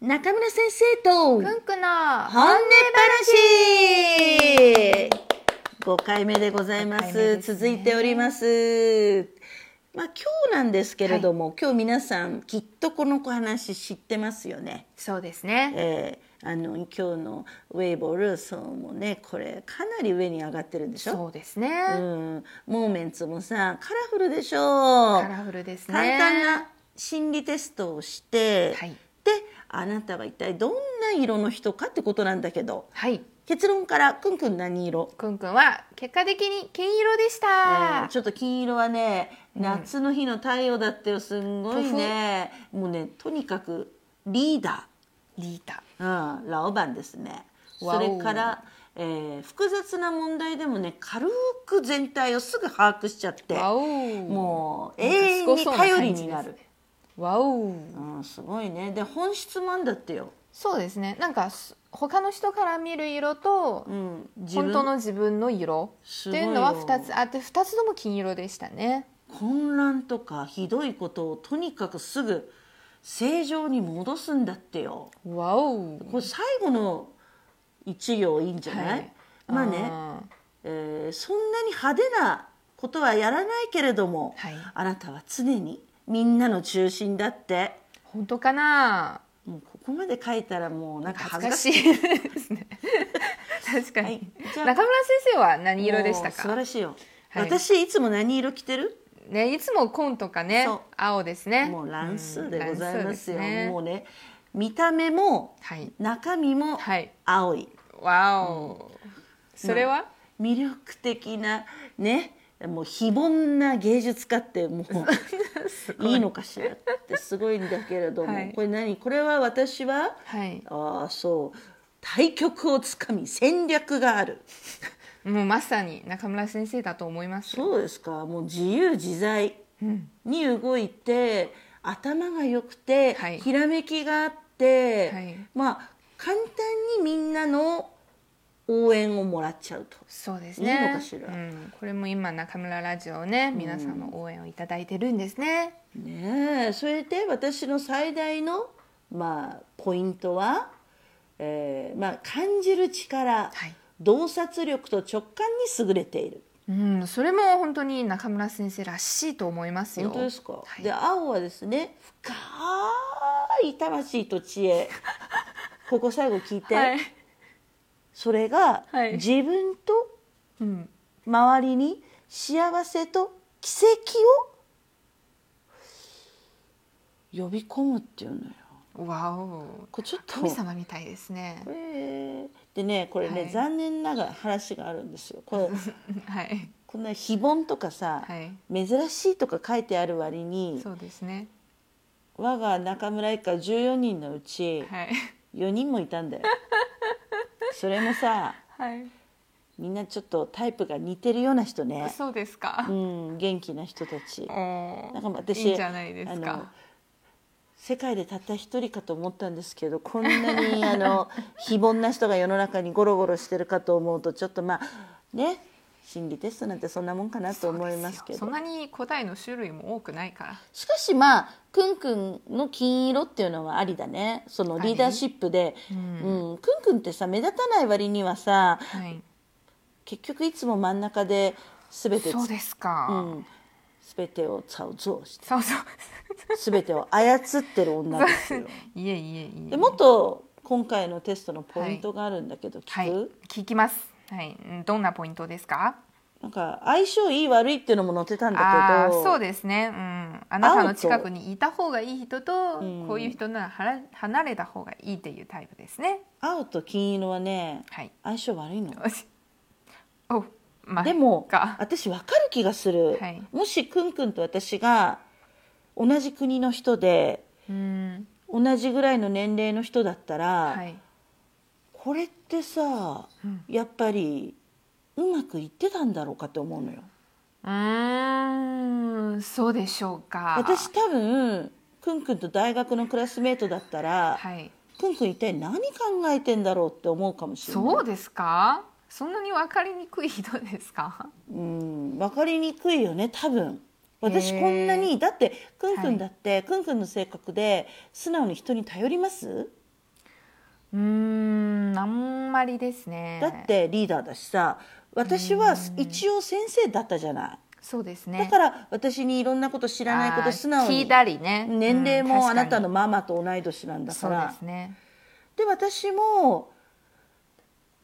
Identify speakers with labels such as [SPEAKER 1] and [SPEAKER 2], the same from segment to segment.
[SPEAKER 1] 中村先生と
[SPEAKER 2] くんくな
[SPEAKER 1] 本音話5回目でございま
[SPEAKER 2] 5回
[SPEAKER 1] す
[SPEAKER 2] 目ですね
[SPEAKER 1] 続いておりますまあ今日なんですけれども、今日皆さんきっとこの話知ってますよね、
[SPEAKER 2] そうですね。
[SPEAKER 1] えーあの今日のウェイボールソーもねこれかなり上に上がってるんでしょ
[SPEAKER 2] そうですね。
[SPEAKER 1] ん、モーメンツもさカラフルでしょ
[SPEAKER 2] カラフルですね。
[SPEAKER 1] 簡単な心理テストをして、
[SPEAKER 2] はい
[SPEAKER 1] であなたは一体どんな色の人かってことなんだけど
[SPEAKER 2] はい。
[SPEAKER 1] 結論からくんくん何色、
[SPEAKER 2] くんくんは結果的に金色でした。
[SPEAKER 1] うんちょっと金色はね夏の日の太陽だってよすんごいね、もうねとにかくリーダ
[SPEAKER 2] リータ。
[SPEAKER 1] ー、うん、ラオバンですね
[SPEAKER 2] わ
[SPEAKER 1] そ
[SPEAKER 2] お
[SPEAKER 1] れから、えー複雑な問題でもね軽く全体をすぐ把握しちゃって
[SPEAKER 2] わお。
[SPEAKER 1] もう
[SPEAKER 2] なん
[SPEAKER 1] 永遠
[SPEAKER 2] か
[SPEAKER 1] に頼りにな
[SPEAKER 2] す
[SPEAKER 1] る
[SPEAKER 2] ごそう感じですね。わお。
[SPEAKER 1] うん、すごいねで本質もあんだってよ、
[SPEAKER 2] そうですね。なんかす他の人から見る色と
[SPEAKER 1] うん、自分
[SPEAKER 2] 本当の自分の色
[SPEAKER 1] す
[SPEAKER 2] っ
[SPEAKER 1] ごい
[SPEAKER 2] てい
[SPEAKER 1] よ
[SPEAKER 2] うのは二つあって二つとも金色でしたね。
[SPEAKER 1] 混乱とかひどいことをとにかくすぐ正常に戻すんだってよ
[SPEAKER 2] わお。
[SPEAKER 1] これ最後の一行いいんじゃない、
[SPEAKER 2] はい
[SPEAKER 1] まあね
[SPEAKER 2] うん
[SPEAKER 1] えーそんなに派手なことはやらないけれども、
[SPEAKER 2] はい
[SPEAKER 1] あなたは常にみんなの中心だって
[SPEAKER 2] 本当かな。
[SPEAKER 1] もうここまで書いたらもうなんか恥
[SPEAKER 2] 恥
[SPEAKER 1] ず
[SPEAKER 2] ず
[SPEAKER 1] かしい
[SPEAKER 2] かしいですね。確かに、
[SPEAKER 1] はいじゃあ
[SPEAKER 2] 中村先生は何色でした
[SPEAKER 1] もう素晴
[SPEAKER 2] か。
[SPEAKER 1] らしいよ、
[SPEAKER 2] はい
[SPEAKER 1] 私いつも何色着てる
[SPEAKER 2] ね、いつも紺とかね
[SPEAKER 1] そう、
[SPEAKER 2] 青ですね。
[SPEAKER 1] もう乱数でございますよ、
[SPEAKER 2] うん乱数ですね
[SPEAKER 1] もうね見た目も
[SPEAKER 2] はい。
[SPEAKER 1] 中身も
[SPEAKER 2] はい。
[SPEAKER 1] 青い、
[SPEAKER 2] わお。それは。
[SPEAKER 1] 魅力的なねもう非凡な芸術家ってもういいのかしらってすごいんだけれども、
[SPEAKER 2] はい
[SPEAKER 1] これ何これは私は
[SPEAKER 2] はい。
[SPEAKER 1] ああそう対局をつかみ戦略がある
[SPEAKER 2] もうまさに中村先生だと思います。
[SPEAKER 1] そうですかもう自由自在
[SPEAKER 2] うん。
[SPEAKER 1] に動いて頭が良くて、
[SPEAKER 2] はい
[SPEAKER 1] ひらめきがあって、
[SPEAKER 2] はい
[SPEAKER 1] まあ簡単にみんなの応援をもらっちゃうと。
[SPEAKER 2] そうです
[SPEAKER 1] いい
[SPEAKER 2] ね。
[SPEAKER 1] のかしら
[SPEAKER 2] うん。これも今中村ラジオね、皆さんの応援をいただいてるんですね。
[SPEAKER 1] ねえそれで私の最大の、まあ、ポイントは、えーまあ、感じる力、
[SPEAKER 2] はい
[SPEAKER 1] 洞察力と直感に優れている
[SPEAKER 2] うん、それも本当に中村先生らしいと思いますよ。
[SPEAKER 1] 本当ですか、
[SPEAKER 2] はい
[SPEAKER 1] で青はですね深い魂と知 恵ここ最後聞いて、
[SPEAKER 2] はい。
[SPEAKER 1] それが、
[SPEAKER 2] はい
[SPEAKER 1] 自分と
[SPEAKER 2] うん。
[SPEAKER 1] 周りに幸せと奇跡を呼び込むっていうのよ
[SPEAKER 2] わお。
[SPEAKER 1] これちょっと
[SPEAKER 2] 神様みたいです ね
[SPEAKER 1] こ。れでねこれね、
[SPEAKER 2] はい
[SPEAKER 1] 残念ながら話があるんですよ。これ
[SPEAKER 2] はい。
[SPEAKER 1] こんな非凡とかさ、
[SPEAKER 2] はい。
[SPEAKER 1] 珍しいとか書いてある割に
[SPEAKER 2] そうですね。
[SPEAKER 1] 我が中村一家14人のうち
[SPEAKER 2] はい。
[SPEAKER 1] 4人もいたんだ よ。それもさ
[SPEAKER 2] はい。
[SPEAKER 1] みんなちょっとタイプが似てるような人ね、
[SPEAKER 2] そうですか
[SPEAKER 1] う。ん、元気な人たち。
[SPEAKER 2] お
[SPEAKER 1] なんか
[SPEAKER 2] お。
[SPEAKER 1] 私
[SPEAKER 2] いいんじゃないです
[SPEAKER 1] あの
[SPEAKER 2] か。
[SPEAKER 1] 世界でたった一人かと思ったんですけどこんなにあ の非凡な人が世の中にゴロゴロしてるかと思うとちょっとまあね心理テストなんてそんなもんかなと思いますけ
[SPEAKER 2] そ
[SPEAKER 1] ど
[SPEAKER 2] んなに答えの種類も多くないから。
[SPEAKER 1] しかしまあくんくんの金色っていうのはありだねそのリーダーシップで、
[SPEAKER 2] う。
[SPEAKER 1] うんん、くんくんってさ目立たない割にはさ
[SPEAKER 2] はい。
[SPEAKER 1] 結局いつも真ん中で全てつ
[SPEAKER 2] そうです
[SPEAKER 1] う
[SPEAKER 2] か。
[SPEAKER 1] ん、全てを操作して
[SPEAKER 2] そ うそう。
[SPEAKER 1] 全てを操ってる女です よ。
[SPEAKER 2] いえいえいえ。
[SPEAKER 1] でもっと今回のテストのポイントがあるんだけど、聞く、
[SPEAKER 2] はい。聞きます。はい。うんどんなポイントですか。
[SPEAKER 1] なんか相性いい悪いっていうのも載ってたんだ
[SPEAKER 2] あ
[SPEAKER 1] け
[SPEAKER 2] あ
[SPEAKER 1] ど
[SPEAKER 2] ーそうですね、うん、あなたの近くにいた方がいい人と
[SPEAKER 1] うん
[SPEAKER 2] こういう人ならはら離れた方がいいっていうタイプですね
[SPEAKER 1] 青と金色はね
[SPEAKER 2] はい
[SPEAKER 1] 相性悪いの、
[SPEAKER 2] よし おまあ
[SPEAKER 1] でも
[SPEAKER 2] か
[SPEAKER 1] 私分かる気がする、
[SPEAKER 2] はい
[SPEAKER 1] もしくんくんと私が同じ国の人で
[SPEAKER 2] うん
[SPEAKER 1] 同じぐらいの年齢の人だったら、
[SPEAKER 2] はい
[SPEAKER 1] これってさ、
[SPEAKER 2] うん
[SPEAKER 1] やっぱりうまくいってたんだろうかって思うのよ
[SPEAKER 2] うーんそうでしょうか
[SPEAKER 1] 私多分くんくんと大学のクラスメートだったら、
[SPEAKER 2] はい
[SPEAKER 1] くんくん一体何考えてんだろうって思うかもしれない
[SPEAKER 2] そうですかそんなに分かりにくい人ですか
[SPEAKER 1] うん分かりにくいよね多分
[SPEAKER 2] へ
[SPEAKER 1] 私
[SPEAKER 2] ー
[SPEAKER 1] こんなにだってくんく
[SPEAKER 2] はい
[SPEAKER 1] んだって、くんくんの性格で素直に人に頼ります
[SPEAKER 2] うーんあんまりですね
[SPEAKER 1] だってリーダーだしさ私は一応先生だったじゃない。
[SPEAKER 2] そうですね
[SPEAKER 1] だから私にいろんなこと知らないこと素直
[SPEAKER 2] あー聞
[SPEAKER 1] に
[SPEAKER 2] いたりね
[SPEAKER 1] 年齢
[SPEAKER 2] うん
[SPEAKER 1] もあ
[SPEAKER 2] 確かに
[SPEAKER 1] なたのママと同い年なんだか
[SPEAKER 2] そうで
[SPEAKER 1] ら
[SPEAKER 2] すね
[SPEAKER 1] で私も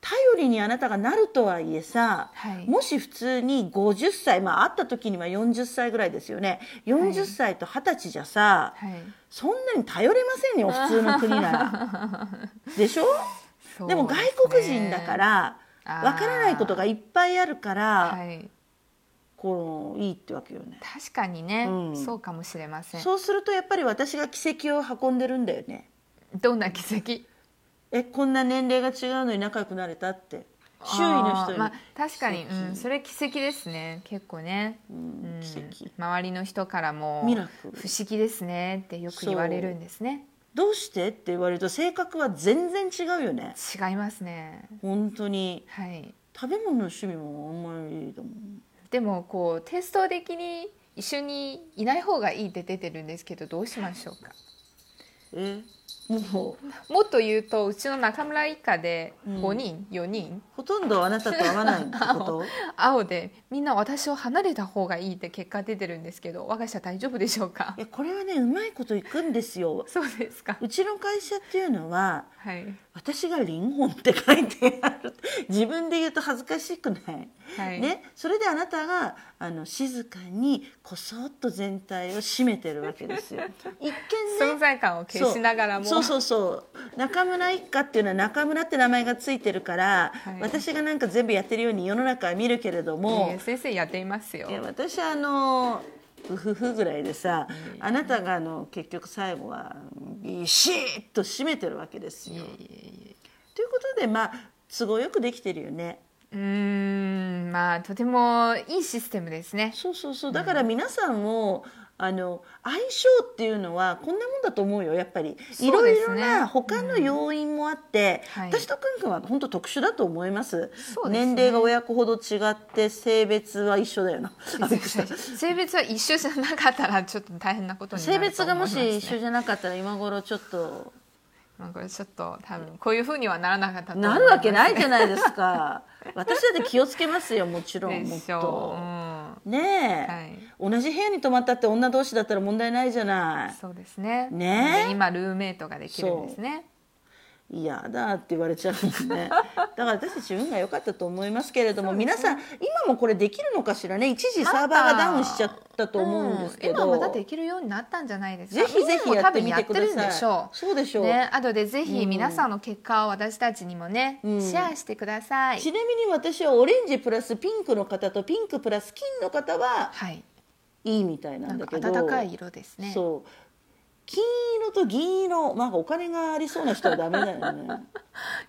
[SPEAKER 1] 頼りにあなたがなるとはいえさ、
[SPEAKER 2] はい
[SPEAKER 1] もし普通に50歳まあ会った時には40歳ぐらいですよね40歳と20歳じゃさ、
[SPEAKER 2] はい
[SPEAKER 1] そんなに頼れませんよ普通の国なら。 でしょ
[SPEAKER 2] そう
[SPEAKER 1] でも外国人だから
[SPEAKER 2] あー
[SPEAKER 1] わからないことがいっぱいあるから、
[SPEAKER 2] はい
[SPEAKER 1] このいいってわけよね。
[SPEAKER 2] 確かにね、
[SPEAKER 1] うん
[SPEAKER 2] そうかもしれません
[SPEAKER 1] そうするとやっぱり私が奇跡を運んでるんだよね。
[SPEAKER 2] どんな奇跡
[SPEAKER 1] えこんな年齢が違うのに仲良くなれたって周囲の人
[SPEAKER 2] あー
[SPEAKER 1] に、
[SPEAKER 2] まあ、確か
[SPEAKER 1] 奇
[SPEAKER 2] に、
[SPEAKER 1] 跡
[SPEAKER 2] うん、それ奇跡ですね結構ね、
[SPEAKER 1] う
[SPEAKER 2] うんん
[SPEAKER 1] 奇跡
[SPEAKER 2] 周りの人からも
[SPEAKER 1] ミラクル
[SPEAKER 2] 不思議ですねってよく言われるんですね
[SPEAKER 1] どうしてって言われると性格は全然違うよね
[SPEAKER 2] 違いますね
[SPEAKER 1] 本当に
[SPEAKER 2] はい
[SPEAKER 1] 食べ物の趣味もあんまりだもん
[SPEAKER 2] でもこうテスト的に一緒にいない方がいいって出てるんですけどどうしましょうか
[SPEAKER 1] えもう
[SPEAKER 2] もっと言うとうちの中村一家で
[SPEAKER 1] うん
[SPEAKER 2] 5人、4人
[SPEAKER 1] ほとんどあなたと合わないって こと
[SPEAKER 2] 青でみんな私を離れた方がいいって結果出てるんですけど我が社大丈夫でしょうか
[SPEAKER 1] いやこれはねうまいこといくんですよ
[SPEAKER 2] そうですか
[SPEAKER 1] うちの会社っていうのは
[SPEAKER 2] はい
[SPEAKER 1] 私が「リンゴン」って書いてある自分で言うと恥ずかしくない
[SPEAKER 2] はい、
[SPEAKER 1] ね、それであなたがあの静かにこそっと全体を締めてるわけですよ。一見
[SPEAKER 2] 存
[SPEAKER 1] ね
[SPEAKER 2] 在感を消しながらも
[SPEAKER 1] そうそうそうそう中村一家っていうのは中村って名前がついてるから、
[SPEAKER 2] はい
[SPEAKER 1] 私がなんか全部やってるように世の中は見るけれど
[SPEAKER 2] い
[SPEAKER 1] も
[SPEAKER 2] や、先生やっていますよ
[SPEAKER 1] いや私はあのうふふぐらいでさ、あなたがあの結局最後はビシッと締めてるわけですよ。ということでまあ都合よくできてるよね。
[SPEAKER 2] うーんまあとてもいいシステムですね
[SPEAKER 1] そうそうそうだから皆さんも、あの相性っていうのはこんなもんだと思うよやっぱり、い
[SPEAKER 2] そう
[SPEAKER 1] ろ
[SPEAKER 2] で
[SPEAKER 1] い
[SPEAKER 2] す
[SPEAKER 1] ろ
[SPEAKER 2] ね
[SPEAKER 1] な他の要因もあって、
[SPEAKER 2] うんはい
[SPEAKER 1] 私とくんくんは本当特殊だと思います
[SPEAKER 2] そうですね
[SPEAKER 1] 年齢が親子ほど違って性別は一緒だよなあびっくりした
[SPEAKER 2] 性別は一緒じゃなかったらちょっと大変なことにな
[SPEAKER 1] 性
[SPEAKER 2] ると思います、ね、
[SPEAKER 1] 別がもし一緒じゃなかったら今頃ちょっと
[SPEAKER 2] まあこれちょっと多分こういうふうにはならなかったと思いま
[SPEAKER 1] な
[SPEAKER 2] す
[SPEAKER 1] るわけないじゃないですか 私だって気をつけますよもちろんも
[SPEAKER 2] で
[SPEAKER 1] っ
[SPEAKER 2] しょう、う
[SPEAKER 1] と。
[SPEAKER 2] ん、
[SPEAKER 1] ねえ、同じ部屋に泊まったって女同士だったら問題ないじゃない。
[SPEAKER 2] そうですね
[SPEAKER 1] ね
[SPEAKER 2] で今ルーメイトができるんですね
[SPEAKER 1] いやだって言われちゃうんです ねだから私たち運が良かったと思いますけれども、皆さん今もこれできるのかしらね一時サーバーがダウンしちゃったと思うんですけど、
[SPEAKER 2] うん今またできるようになったんじゃないですか
[SPEAKER 1] ぜひぜひやってみてくだ
[SPEAKER 2] みんなも多分やってるんでしょ
[SPEAKER 1] さ
[SPEAKER 2] う
[SPEAKER 1] いそうでしょう、
[SPEAKER 2] ね、あとでぜひ皆さんの結果を私たちにもね、
[SPEAKER 1] うん
[SPEAKER 2] シェアしてください。
[SPEAKER 1] ちなみに私はオレンジプラスピンクの方とピンクプラス金の方は
[SPEAKER 2] はい、
[SPEAKER 1] いいみたいな
[SPEAKER 2] なんん
[SPEAKER 1] だ
[SPEAKER 2] か
[SPEAKER 1] けど
[SPEAKER 2] 暖かい色ですね。
[SPEAKER 1] そう金色と銀色なんかお金がありそうな人はダメだよね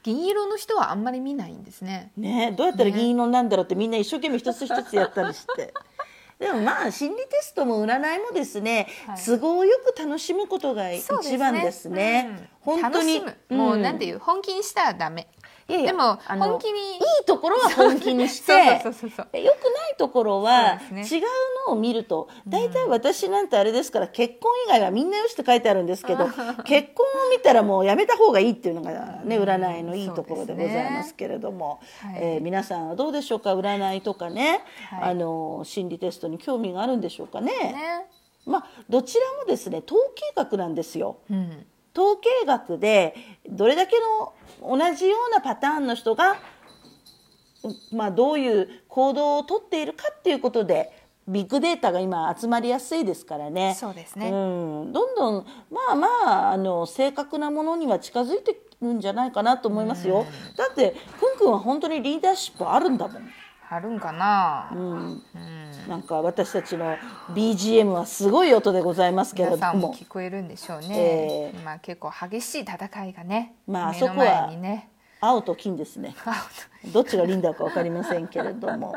[SPEAKER 2] 銀色の人はあんまり見ないんですね。
[SPEAKER 1] ねどうやったら銀色になんだろうってみんな一生懸命一つ一つやったりして。 でもまあ心理テストも占いもですね、
[SPEAKER 2] はい
[SPEAKER 1] 都合よく楽しむことが一番ですね。
[SPEAKER 2] うん
[SPEAKER 1] 本当に
[SPEAKER 2] 楽しむ、もうなんて
[SPEAKER 1] う
[SPEAKER 2] いう本気にしたらダメ。
[SPEAKER 1] いやいや
[SPEAKER 2] でも
[SPEAKER 1] あの
[SPEAKER 2] 本気に
[SPEAKER 1] いいところは本気にして
[SPEAKER 2] そうそうそうそう。
[SPEAKER 1] で良くないところは
[SPEAKER 2] そ
[SPEAKER 1] 違
[SPEAKER 2] うで
[SPEAKER 1] う
[SPEAKER 2] す
[SPEAKER 1] のを見ると大体私なんてあれですから結婚以外はみんなよしって書いてあるんですけ ど結婚を見たらもうやめた方がいいっていうのがね
[SPEAKER 2] うん
[SPEAKER 1] 占いのいいところでございますけれども、
[SPEAKER 2] そうですねはい
[SPEAKER 1] えー皆さんはどうでしょうか占いとかね、
[SPEAKER 2] はい
[SPEAKER 1] あの心理テストに興味があるんでしょうかね。
[SPEAKER 2] ね、
[SPEAKER 1] まあどちらもですね統計学なんですよ。
[SPEAKER 2] うん、
[SPEAKER 1] 統計学でどれだけの同じようなパターンの人が、うまあ、どういう行動をとっているかっていうことでビッグデータが今集まりやすいですからね。
[SPEAKER 2] そうですね
[SPEAKER 1] うん、どんどんまあまああの正確なものには近づいてるんじゃないかなと思いますよ。だってくんくんは本当にリーダーシップあるんだもん。
[SPEAKER 2] あるんかな。
[SPEAKER 1] うん、
[SPEAKER 2] うん、
[SPEAKER 1] なんか私たちの BGM はすごい音でございますけれ
[SPEAKER 2] 皆
[SPEAKER 1] ど
[SPEAKER 2] さんも
[SPEAKER 1] も。
[SPEAKER 2] 聞こえるんでしょうね。
[SPEAKER 1] ええ
[SPEAKER 2] 今結構激しい戦いがね、
[SPEAKER 1] まあ
[SPEAKER 2] 目の前にね。
[SPEAKER 1] 青と金ですね。
[SPEAKER 2] あ
[SPEAKER 1] どっちがリンダーか分かりませんけれども、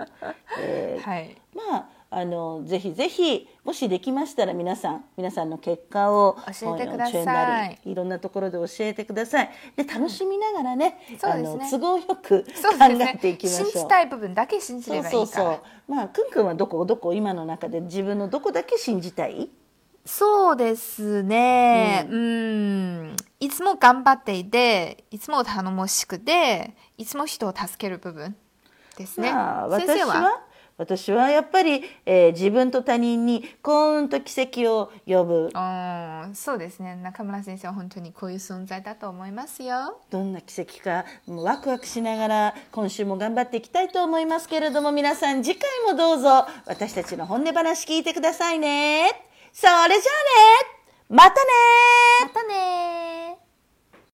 [SPEAKER 1] えー
[SPEAKER 2] はい。
[SPEAKER 1] まああのぜひぜひもしできましたら皆さん皆さんの結果を
[SPEAKER 2] 教えてくだ
[SPEAKER 1] 本や
[SPEAKER 2] さい
[SPEAKER 1] チェーンなりいろんなところで教えてくださいで楽しみながらね,、
[SPEAKER 2] そう
[SPEAKER 1] あ
[SPEAKER 2] です
[SPEAKER 1] の
[SPEAKER 2] ね
[SPEAKER 1] 都合よく考
[SPEAKER 2] そうです
[SPEAKER 1] えてい
[SPEAKER 2] ね。
[SPEAKER 1] きましょ
[SPEAKER 2] 信
[SPEAKER 1] う。
[SPEAKER 2] じたい部分だけ信じ
[SPEAKER 1] そ
[SPEAKER 2] れ
[SPEAKER 1] う
[SPEAKER 2] ばいいから。
[SPEAKER 1] そうそうまあくんくんはどこどこ今の中で自分のどこだけ信じたい
[SPEAKER 2] そうですね。うん、いつも頑張っていていつも頼もしくていつも人を助ける部分ですね。
[SPEAKER 1] まあ、
[SPEAKER 2] 先
[SPEAKER 1] 私
[SPEAKER 2] 生は
[SPEAKER 1] は私はやっぱり、えー自分と他人に幸運と奇跡を呼ぶ
[SPEAKER 2] うんそうですね中村先生は本当にこういう存在だと思いますよ。
[SPEAKER 1] どんな奇跡かもうワクワクしながら今週も頑張っていきたいと思いますけれども皆さん次回もどうぞ私たちの本音話聞いてくださいねそれじゃあねまたね
[SPEAKER 2] またねー